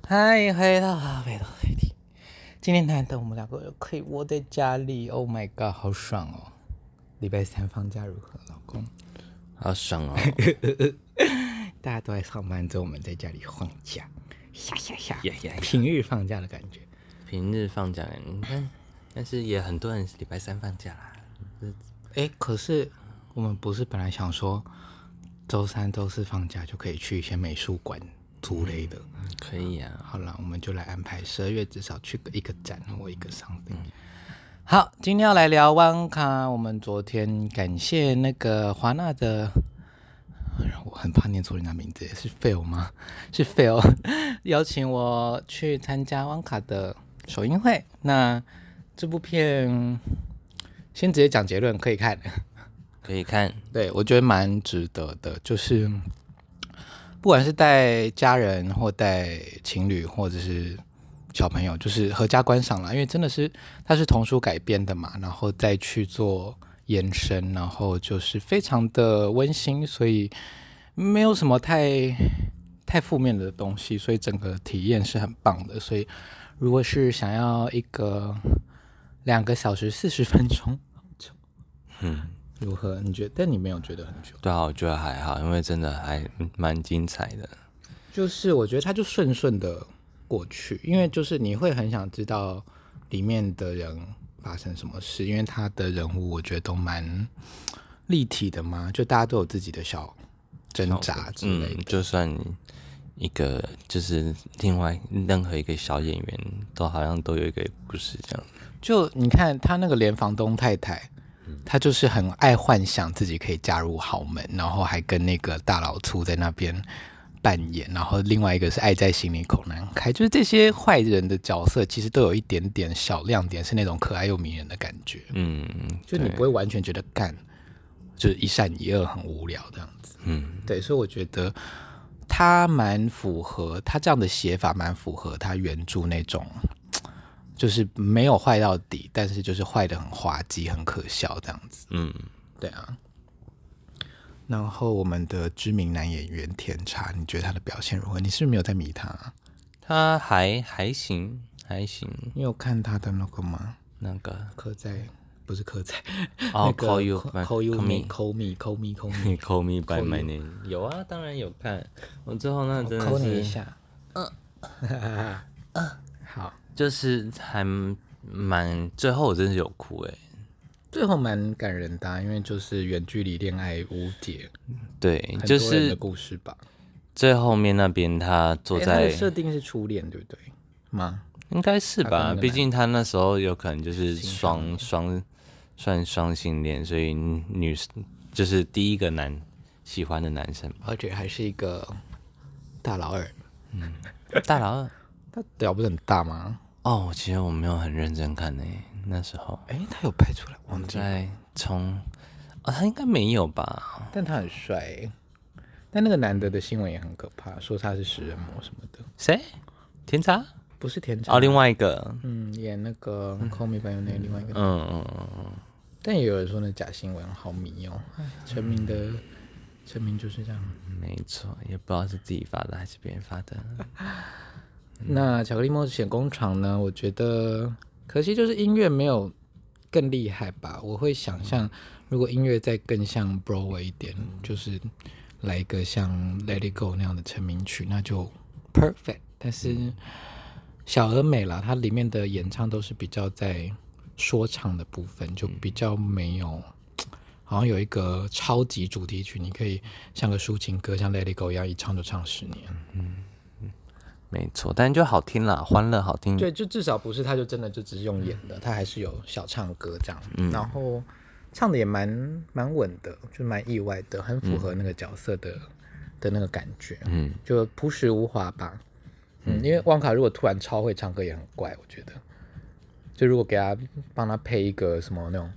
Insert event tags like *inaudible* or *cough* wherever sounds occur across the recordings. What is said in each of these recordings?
嗨，回到阿北的黑厅。今天难得我们两个可以窝在家里，Oh my god，好爽哦！礼拜三放假如何，老公？好爽 *laughs* 哦！大家都在上班，只有我们在家里放假，呀呀呀！呀呀呀平日放假的感觉。平日放假，你看，但是也很多人礼拜三放假啦。哎，可是我们不是本来想说周三、周四放假就可以去一些美术馆之类的？可以啊，好了，我们就来安排十二月至少去个一个展或一个 something。好，今天要来聊汪卡。我们昨天感谢那个华纳的，哎呀我很怕念错人家名字，是 Phil 吗？ *laughs* 是 Phil 邀请我去参加汪卡的首映会。那这部片先直接讲结论，可以看。可以看。对，我觉得蛮值得的，就是不管是带家人或带情侣或者是小朋友，就是合家观赏啦，因为真的是它是童书改编的嘛，然后再去做延伸，然后就是非常的温馨，所以没有什么太太负面的东西，所以整个体验是很棒的。所以如果是想要一个两个小时四十分钟，嗯，如何？你觉得？但你没有觉得很久。对啊，我觉得还好，因为真的还蛮精彩的。就是我觉得它就顺顺的过去，因为就是你会很想知道里面的人发生什么事，因为他的人物我觉得都蛮立体的嘛，就大家都有自己的小挣扎之类的嗯，就算一个就是另外任何一个小演员，都好像都有一个故事这样。就你看他那个连房东太太，她就是很爱幻想自己可以嫁入豪门，然后还跟那个大老粗在那边扮演，然后另外一个是爱在心里口难开，就是这些坏人的角色其实都有一点点小亮点，是那种可爱又迷人的感觉，嗯，就你不会完全觉得干就是一善一恶很无聊这样子。嗯，对，所以我觉得他蛮符合他这样的写法，蛮符合他原著那种，就是没有坏到底，但是就是坏的很滑稽、很可笑这样子。嗯，对啊。然后我们的知名男演员田查，你觉得他的表现如何？你是不是没有在迷他、啊？他还还行，还行。你有看他的那个吗？那个刻在不是刻在哦那个，Call You by- call you Call me Me call me call me call me，你 Call Me by My Name 有啊，当然有看。我最后那真的 call 你一是。呃下。嗯， *laughs* 好。就是还蛮最后我真是有哭哎、最后蛮感人的啊、因为就是远距离恋爱无解，对，很就多人的是故事吧。哎最后面那边他坐诶他在、的设定是初恋，对不对？吗？应该是他跟那吧，个毕竟他那时候有可能就是双双算双性恋，所以女就是第一个男喜欢的男生而且还是一个大老二，大佬二他屌不是很大吗？哦，其实我没有很认真看呢、欸那时候哎、他有拍出来，忘记了。在冲啊、他应该没有吧？嗯但他很帅、欸，但那个男的的新闻也很可怕，说他是食人魔什么的，谁？甜茶？不是田哦，长，另外一个，嗯，演那个《Call Me by Your Name》另外一个，嗯嗯嗯嗯，但也有人说那假新闻好迷哦、哎成名的成名就是这样。嗯没错，也不知道是自己发的还是别人发的。那巧克力冒险工厂呢？我觉得可惜就是音乐没有更厉害吧。我会想象，如果音乐再更像 Broadway 一点，就是来一个像《Let It Go》那样的成名曲，那就 perfect。但是小而美啦，它里面的演唱都是比较在说唱的部分，就比较没有。好像有一个超级主题曲，你可以像个抒情歌，像《Let It Go》一样，一唱就唱十年。 *laughs* 没错，但就好听啦，欢乐好听。对，就至少不是他就真的就只是用演的，他还是有小唱歌这样，然后唱的也蛮蛮稳的，就蛮意外的，很符合那个角色的、的那个感觉，嗯，就朴实无华吧。嗯，因为旺卡如果突然超会唱歌也很怪，我觉得，就如果给他帮他配一个什么那种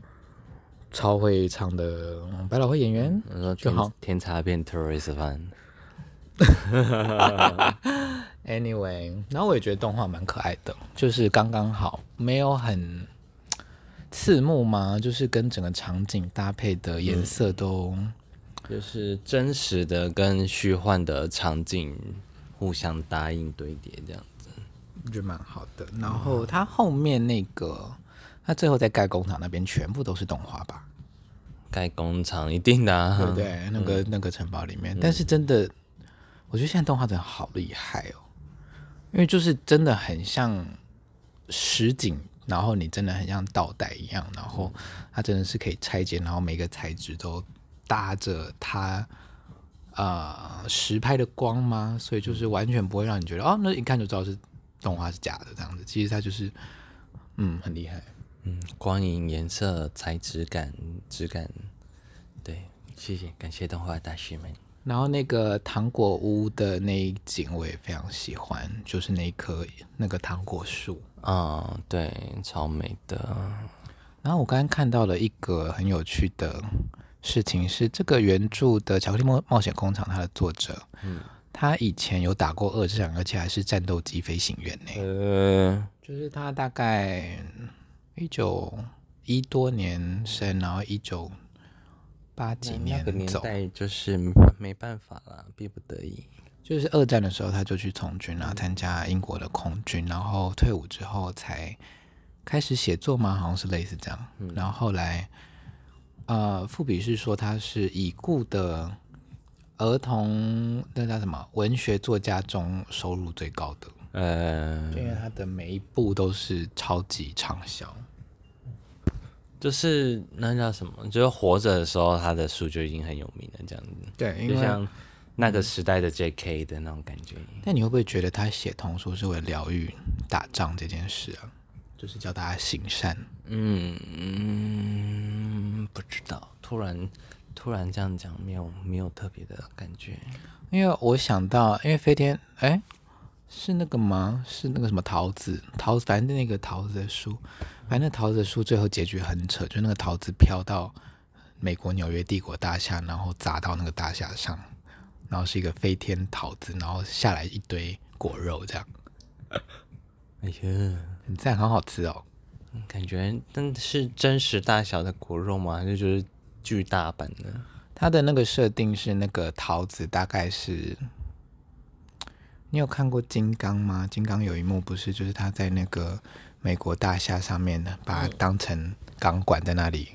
超会唱的嗯百老汇演员，我说就天好天差变 terrorist 番， Anyway，然后我也觉得动画蛮可爱的，就是刚刚好，没有很刺目嘛，就是跟整个场景搭配的颜色都、就是真实的跟虚幻的场景互相答应堆叠这样子。我觉得蛮好的。然后它后面那个，它最后在盖工厂那边全部都是动画吧，盖工厂一定的、啊，对不对？那个那个城堡里面，但是真的，我觉得现在动画真的好厉害哦，因为就是真的很像实景。然后你真的很像倒带一样，然后它真的是可以拆解，然后每个材质都搭着它呃实拍的光吗？所以就是完全不会让你觉得哦，那一看就知道是动画是假的这样子。其实它就是嗯很厉害，嗯，光影、颜色、材质感、质感，对，谢谢，感谢动画大师们。然后那个糖果屋的那一景我也非常喜欢，就是那一棵那个糖果树。嗯，对，超美的。然后我刚刚看到了一个很有趣的事情是，这个原著的《巧克力冒冒险工厂》它的作者，嗯，他以前有打过二战，而且还是战斗机飞行员呢。呃，就是他大概一九一多年生，然后一九八几那个年年走，代就是没办法啦，逼不得已。就是二战的时候，他就去从军啊，参加英国的空军，然后退伍之后才开始写作嘛，好像是类似这样。然后后来，呃，富比是说他是已故的儿童那叫什么文学作家中收入最高的，呃，因为他的每一部都是超级畅销。就是那叫什么？就是活着的时候，他的书就已经很有名了，这样子，对，就像那个时代的 J.K. 的那种感觉。那你会不会觉得他写童书是为了疗愈打仗这件事啊？就是教大家行善。嗯嗯，不知道，突然突然这样讲，没有没有特别的感觉。因为我想到，因为飞天，哎，是那个吗？是那个什么桃子，桃，反正那个桃子的书，反正桃子的书最后结局很扯，就那个桃子飘到美国纽约帝国大厦，然后砸到那个大厦上，然后是一个飞天桃子，然后下来一堆果肉，这样哎呀，很赞，很好吃哦。嗯感觉但是真实大小的果肉吗？还是就是巨大版的？它的那个设定是那个桃子大概是，你有看过《金刚》吗？《金刚》有一幕不是就是他在那个美国大厦上面的，把它当成钢管在那里，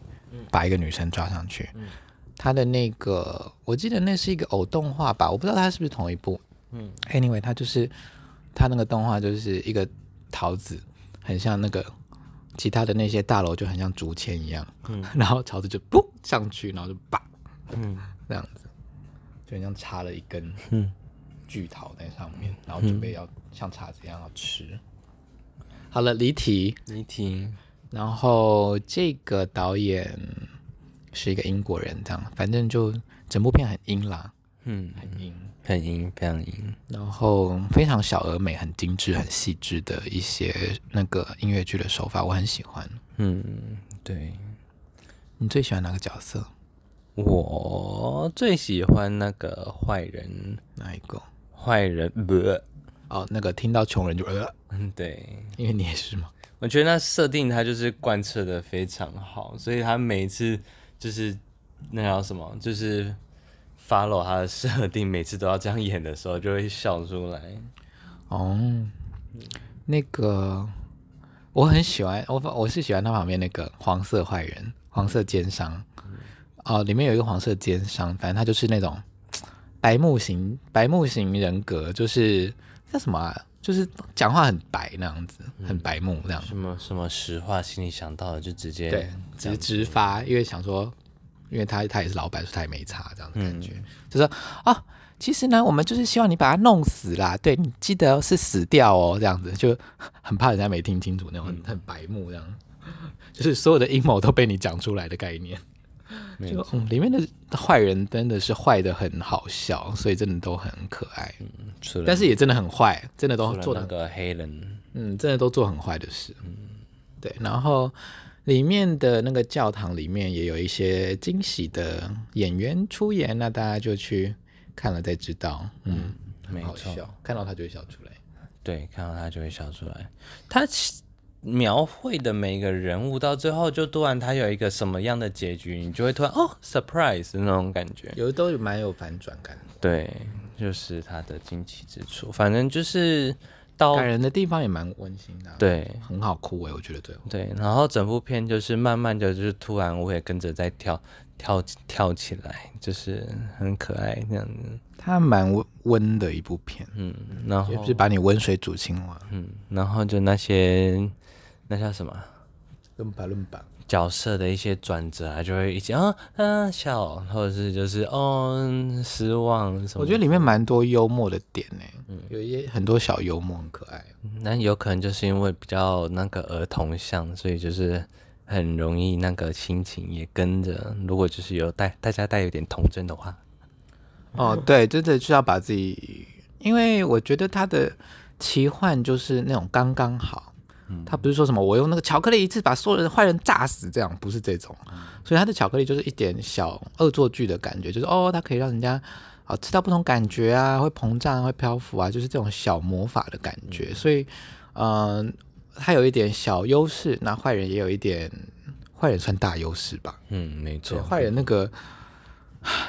把一个女生抓上去。他的那个我记得那是一个偶动画吧，我不知道它是不是同一部。嗯，anyway，它就是它那个动画就是一个桃子，很像那个其他的那些大楼就很像竹签一样， *laughs* 然后桃子就噗上去，然后就叭。这样子，就很像插了一根巨桃在上面，然后准备要像叉子一样要吃。好了，离题。你听，然后这个导演是一个英国人，这样，反正就整部片很英啦，嗯，很英。很赢，非常赢。然后非常小而美，很精致、很细致的一些那个音乐剧的手法，我很喜欢。嗯，对。你最喜欢哪个角色？我最喜欢那个坏人，哪一个？坏人不，哦，那个听到穷人就呃，嗯， *laughs* 对，因为你也是嘛。我觉得那设定他就是贯彻的非常好，所以他每一次就是那叫什么，就是 follow 他的设定，每次都要这样演的时候，就会笑出来。哦，那个我很喜欢，我反我是喜欢他旁边那个黄色坏人，黄色奸商。哦、里面有一个黄色奸商，反正他就是那种白目型白目型人格，就是叫什么、啊，就是讲话很白那样子，很白目那样。什么什么实话，心里想到的就直接对，直直发，因为想说，因为他他也是老板，所以他也没差这样的感觉，就说啊，其实呢，我们就是希望你把他弄死啦，对你记得是死掉哦，这样子就很怕人家没听清楚那种，很很白目这样， *laughs* 就是所有的阴谋都被你讲出来的概念。没就嗯，里面的坏人真的是坏的很好笑，所以真的都很可爱，除了但是也真的很坏，真的都除了做的那个黑人，嗯，真的都做很坏的事。嗯对。然后里面的那个教堂里面也有一些惊喜的演员出演，那大家就去看了再知道。嗯，没很好错，笑，看到他就会笑出来。对，看到他就会笑出来。他其描绘的每一个人物到最后，就突然他有一个什么样的结局，你就会突然哦，surprise 那种感觉。有的都蛮有反转感的。对，就是它的惊奇之处。反正就是到感人的地方也蛮温馨的、啊，，对很好哭哎、我觉得最后对，然后整部片就是慢慢的，就是突然我也跟着在跳跳跳起来，就是很可爱这样子。它蛮温温的一部片，嗯，然后也是把你温水煮青蛙，嗯，然后就那些那叫什么啊论吧论吧，角色的一些转折啊，就会一起啊啊笑，或者是就是哦嗯失望什么。嗯我觉得里面蛮多幽默的点呢、有一些很多小幽默，很可爱。那有可能就是因为比较那个儿童像，所以就是很容易那个心情也跟着。如果就是有带大家带有点童真的话，哦，对，真的是要把自己，因为我觉得它的奇幻就是那种刚刚好，它不是说什么我用那个巧克力一次把所有的坏人炸死这样，不是这种，所以它的巧克力就是一点小恶作剧的感觉，就是哦，它可以让人家。啊吃到不同感觉啊，会膨胀、啊，会漂浮啊，就是这种小魔法的感觉。所以，嗯、它有一点小优势，那坏人也有一点，坏人算大优势吧。嗯，没错，坏人那个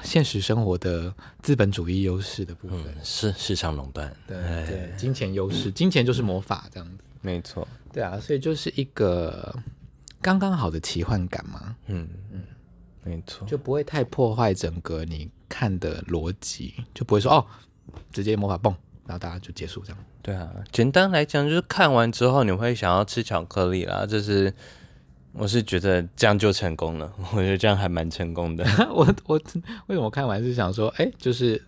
现实生活的资本主义优势的部分，是市场垄断，对对，金钱优势，金钱就是魔法这样子，没错，对啊，所以就是一个刚刚好的奇幻感嘛，嗯嗯，没错，就不会太破坏整个你看的逻辑，就不会说哦，直接魔法蹦，然后大家就结束这样，对啊。简单来讲，就是看完之后你会想要吃巧克力啦，就是。我是觉得这样就成功了，我觉得这样还蛮成功的。 *laughs* 我我为什么看完是想说，哎，就是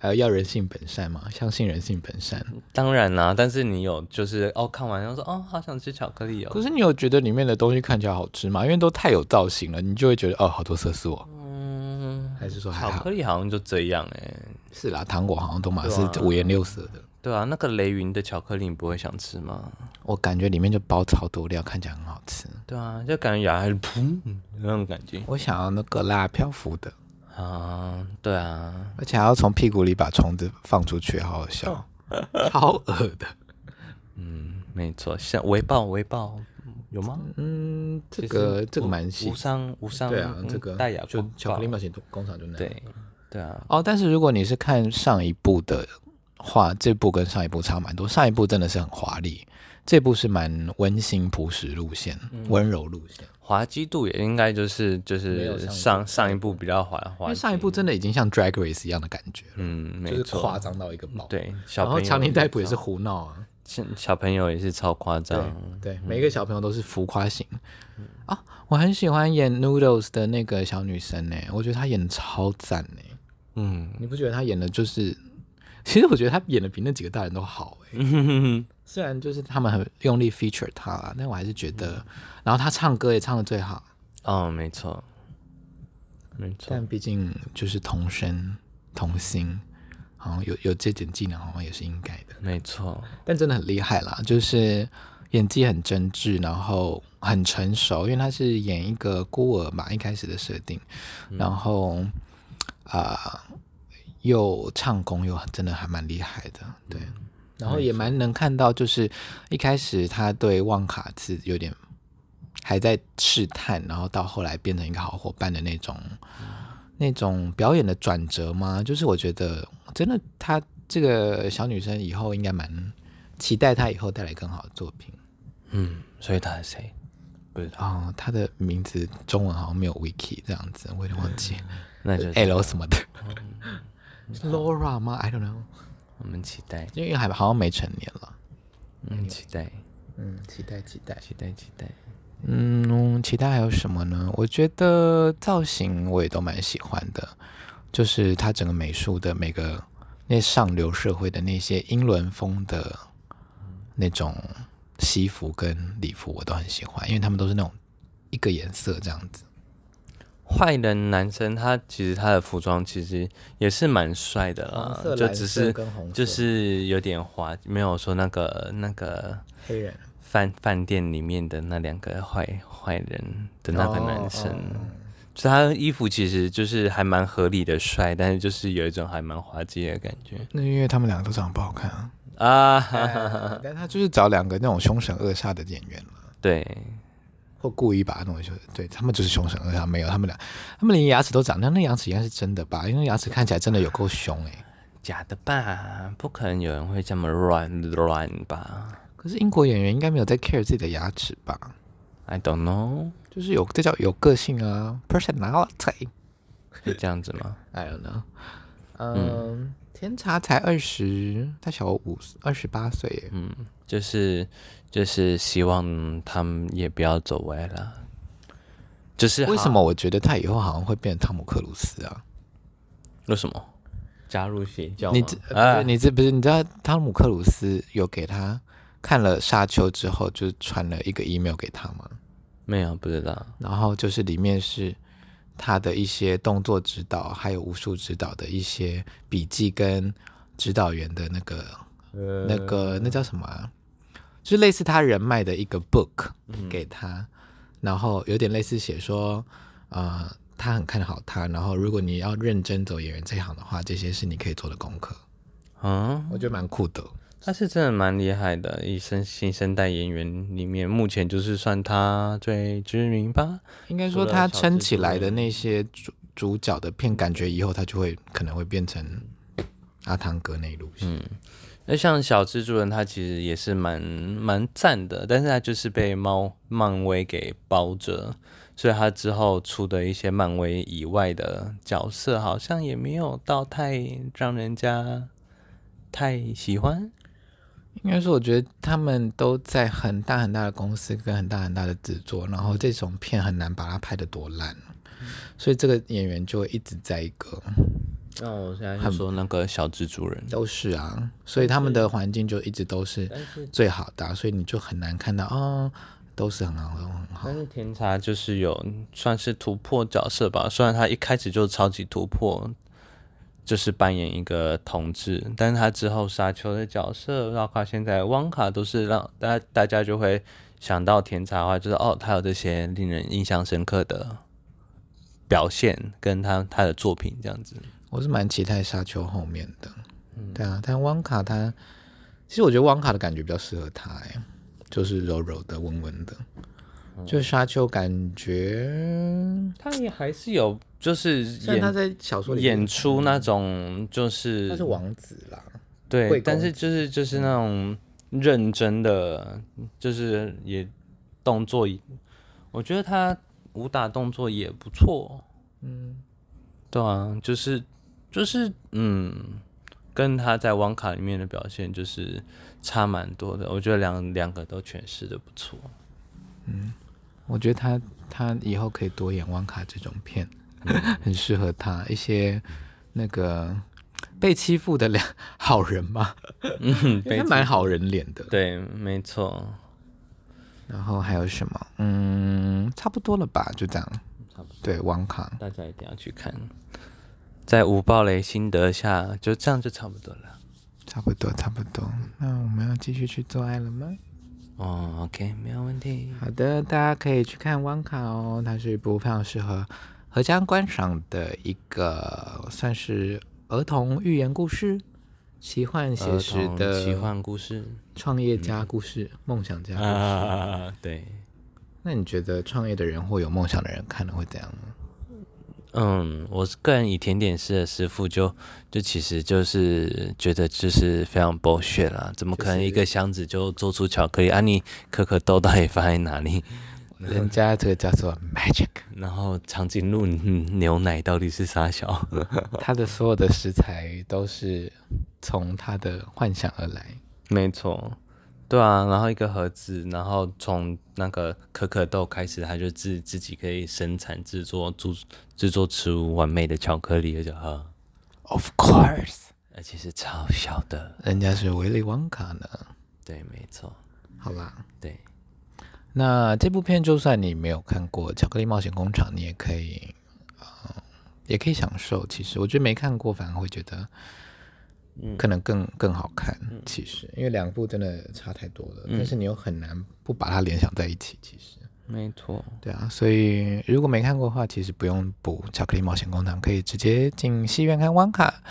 呃要人性本善嘛，相信人性本善，当然啦，但是你有就是哦，看完然后说哦，好想吃巧克力哦，可是你有觉得里面的东西看起来好吃吗？因为都太有造型了，你就会觉得哦，好多色素哦。嗯，还是说还巧好？克力好像就这样哎、是啦，糖果好像都嘛对啊是五颜六色的。对啊，那个雷云的巧克力你不会想吃吗？我感觉里面就包超多料，看起来很好吃。对啊，就感觉咬下去砰 *laughs* 那种感觉我想要那个啦，漂浮的，啊，对啊，而且还要从屁股里把虫子放出去，好好笑， *laughs* 超恶的。嗯，没错，像微爆微爆有吗？嗯，这其实个这个无蛮细无。伤无伤，对啊，这嗯个大雅就光巧克力爆冒险工厂就那样。对对啊，哦，但是如果你是看上一部的话，这部跟上一部差蛮多。上一部真的是很华丽，这部是蛮温馨朴实路线、嗯温柔路线。滑稽度也应该就是就没有是上一上部上一部比较滑因滑为稽，上一部真的已经像 Drag Race 一样的感觉了，嗯，没就是错夸，张到一个爆。，对，小然朋后友嗯强尼戴普也是胡闹啊，小小朋友也是超夸张，嗯对，每一个小朋友都是浮夸型。啊，我很喜欢演 Noodles 的那个小女生呢、我觉得她演的超赞欸呢、嗯。你不觉得她演的就是？其实我觉得她演的比那几个大人都好哎、嗯虽然就是他们很用力 feature 她啦，但我还是觉得，然后她唱歌也唱的最好，哦，没错，没错，但毕竟就是同声同心，好像有有这点技能好像也是应该的。没错，但真的很厉害啦，就是演技很真挚，然后很成熟，因为他是演一个孤儿嘛，一开始的设定，然后啊、又唱功又真的还蛮厉害的，对，然后也蛮能看到，就是一开始他对旺卡兹有点还在试探，然后到后来变成一个好伙伴的那种。那种表演的转折吗？就是我觉得真的，她这个小女生以后应该蛮期待她以后带来更好的作品。嗯，所以他是谁？不知道，哦，她的名字中文好像没有 Wiki 这样子，我有点忘记那就 L 什么的。嗯是 *laughs* Laura 吗？I don't know，我们期待，因为还好像没成年了。嗯，期待，嗯，期待期待。期待，期待，嗯，期待还有什么呢？我觉得造型我也都蛮喜欢的，就是它整个美术的每个那上流社会的那些英伦风的那种西服跟礼服，我都很喜欢，因为他们都是那种一个颜色这样子。坏人男生他其实他的服装其实也是蛮帅的啦，啊就只是跟红就是有点滑，没有说那个那个黑人饭饭店里面的那两个坏坏人的那哦个男生。就他的衣服其实就是还蛮合理的帅，但是就是有一种还蛮滑稽的感觉那因为他们两个都长得不好看啊，啊，哈哈但他就是找两个那种凶神恶煞的演员嘛对，或故意把它弄修，对他们就是凶神恶煞，没有他们俩，他们连牙齿都长，那那牙齿应该是真的吧？因为牙齿看起来真的有够凶哎、假的吧？不可能有人会这么乱乱吧可是英国演员应该没有在 care 自己的牙齿吧？ ？I don't know，就是有这叫有个性啊，personality。是这样子吗？ I don't know。嗯，天茶才二十，他小我五二十八岁耶。嗯，就是就是希望他们也不要走歪了。就是为好什？么我觉得他以后好像会变成汤姆克鲁斯啊？为什么？加入邪教你吗知、啊呃，你知不是？你知道汤姆克鲁斯有给他看了《沙丘》之后，就传了一个 email 给他吗？没有不知道。然后就是里面是他的一些动作指导，还有武术指导的一些笔记跟指导员的那个呃那个那叫什么、啊？就是类似他人脉的一个 book 给他，然后有点类似写说，呃，他很看好他，然后如果你要认真走演员这一行的话，这些是你可以做的功课，嗯，我觉得蛮酷的。他是真的蛮厉害的，以生新生代演员里面，目前就是算他最知名吧。应该说他撑起来的那些主主角的片，感觉以后他就会可能会变成阿汤哥那一路线。那像小蜘蛛人，他其实也是蛮蛮赞的，但是他就是被猫漫威给包着，所以他之后出的一些漫威以外的角色，好像也没有到太让人家太喜欢。应该说，我觉得他们都在很大很大的公司跟很大很大的制作，然后这种片很难把它拍得多烂，所以这个演员就会一直在一个那我现在就说那个小蜘蛛人，都是啊，所以他们的环境就一直都是最好的啊、所以你就很难看到哦，都是很好很好。但是甜茶就是有算是突破角色吧，虽然他一开始就超级突破，就是扮演一个同志，但是他之后沙丘的角色，包括现在汪卡都是让大家大家就会想到甜茶的话，就是哦，他有这些令人印象深刻的表现，跟他他的作品这样子。我是蛮期待沙丘后面的，对啊，但汪卡他，其实我觉得汪卡的感觉比较适合他、欸，就是柔柔的、温温的，就沙丘感觉，他也还是有就是虽然他演在小说里面演出那种就是他是王子啦，对贵，但公是就是就是那种认真的，就是也动作也，我觉得他武打动作也不错。嗯，对啊，就是就是嗯，跟他在《网卡》里面的表现就是差蛮多的。我觉得两两个都诠释的不错。我觉得他他以后可以多演汪卡这种片， *laughs* 很适合他一些那个被欺负的两好人嘛， *laughs* 嗯，因为被他蛮好人脸的。对，没错，然后还有什么？嗯，差不多了吧，就这样。对，汪卡。大家一定要去看。在无暴雷心得下，就这样就差不多了。差不多，差不多。那我们要继续去做爱了吗？哦，OK，没有问题。好的，大家可以去看《汪卡》哦，它是一部非常适合合家观赏的一个算是儿童寓言故事、奇幻写儿实童呃奇的幻故事创业家故事、梦想家故事。啊，对，那你觉得创业的人或有梦想的人看了会怎样呢？嗯，我个人以甜点师的师傅就就其实就是觉得就是非常 bullshit 啦，怎么可能一个箱子就做出巧克力？啊，你可可豆到底放在哪里？ *laughs* 嗯人家这个叫做 magic，然后长颈鹿嗯牛奶到底是啥小？ *laughs* 它的所有的食材都是从他的幻想而来。没错，对啊，然后一个盒子，然后从那个可可豆开始，它就自自己可以生产制作制制作出完美的巧克力，啊而且喝， Of course，而且是超小的。人家是维利旺卡呢。对，没错，好啦，对，那这部片就算你没有看过《巧克力冒险工厂》，你也可以，呃，也可以享受。其实我觉得没看过反而会觉得，可能更更好看。其实因为两部真的差太多了，但是你又很难不把它联想在一起。其实，没错，对啊，所以如果没看过的话，其实不用补《巧克力冒险工厂》，可以直接进戏院看《汪卡》。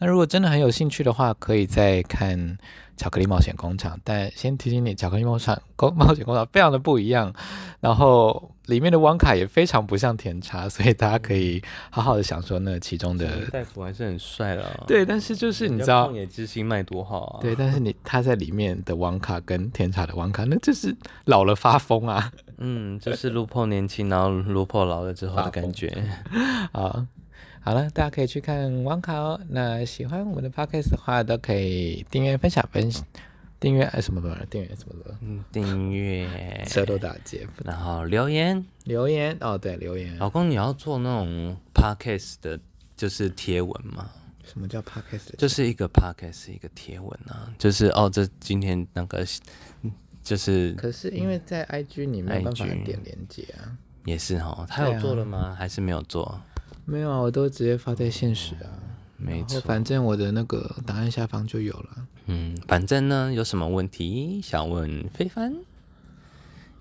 那如果真的很有兴趣的话，可以再看《巧克力冒险工厂，但先提醒你，巧克力冒险工冒险工厂非常的不一样，然后里面的网卡也非常不像甜茶，所以大家可以好好的享受那其中的。大夫还是很帅的、啊。对，但是就是你人知家道旷，野之心卖多好啊！对，但是你他在里面的网卡跟甜茶的网卡，那就是老了发疯啊嗯，就是 Lupo 年轻，然后 Lupo 老了之后的感觉。好，好了，大家可以去看网卡哦。那喜欢我们的 podcast 的话，都可以订阅、分享、分订阅哎什么什么订阅什么什么，嗯，订 *laughs* 阅，舌头打结，然后留言。留言哦，对，留言。老公，你要做那种 podcast 的，就是贴文吗？什么叫 podcast？就是一个 podcast 一个贴文啊，就是哦，这今天那个就是可是因为在 IG 你没有办法 IG 点连接啊，也是哈，他有做了吗？还是没有做？没有啊，我都直接发在现实啊。没然后错，反正我的那个答案下方就有了。嗯，反正呢，有什么问题想问非凡，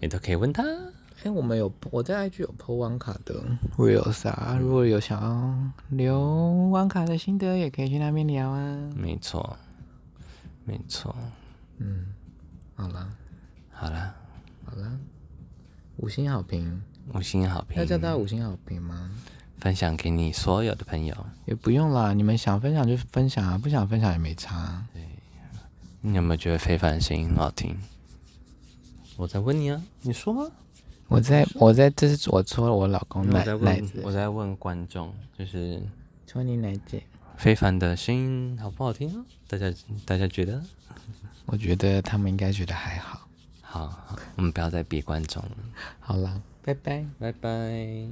也都可以问他。哎、我们有我在 IG 有 po 网卡的 reels 嗯啊，如果有想要留网卡的心得，也可以去那边聊啊。没错，没错。好啦，好了，好啦，五星好评，五星好要评，叫大家五星好评吗？分享给你所有的朋友。也不用啦，你们想分享就分享啊，不想分享也没差啊。你有没有觉得非凡的声音很好听？我在问你啊，你说啊。我在我在这是我戳了我老公因为奶我在奶问，我子，在问观众，就是戳你奶子。非凡的声音好不好听啊？大家大家觉得？我觉得他们应该觉得还好。好，好我们不要再逼观众了。好啦，拜拜。拜拜。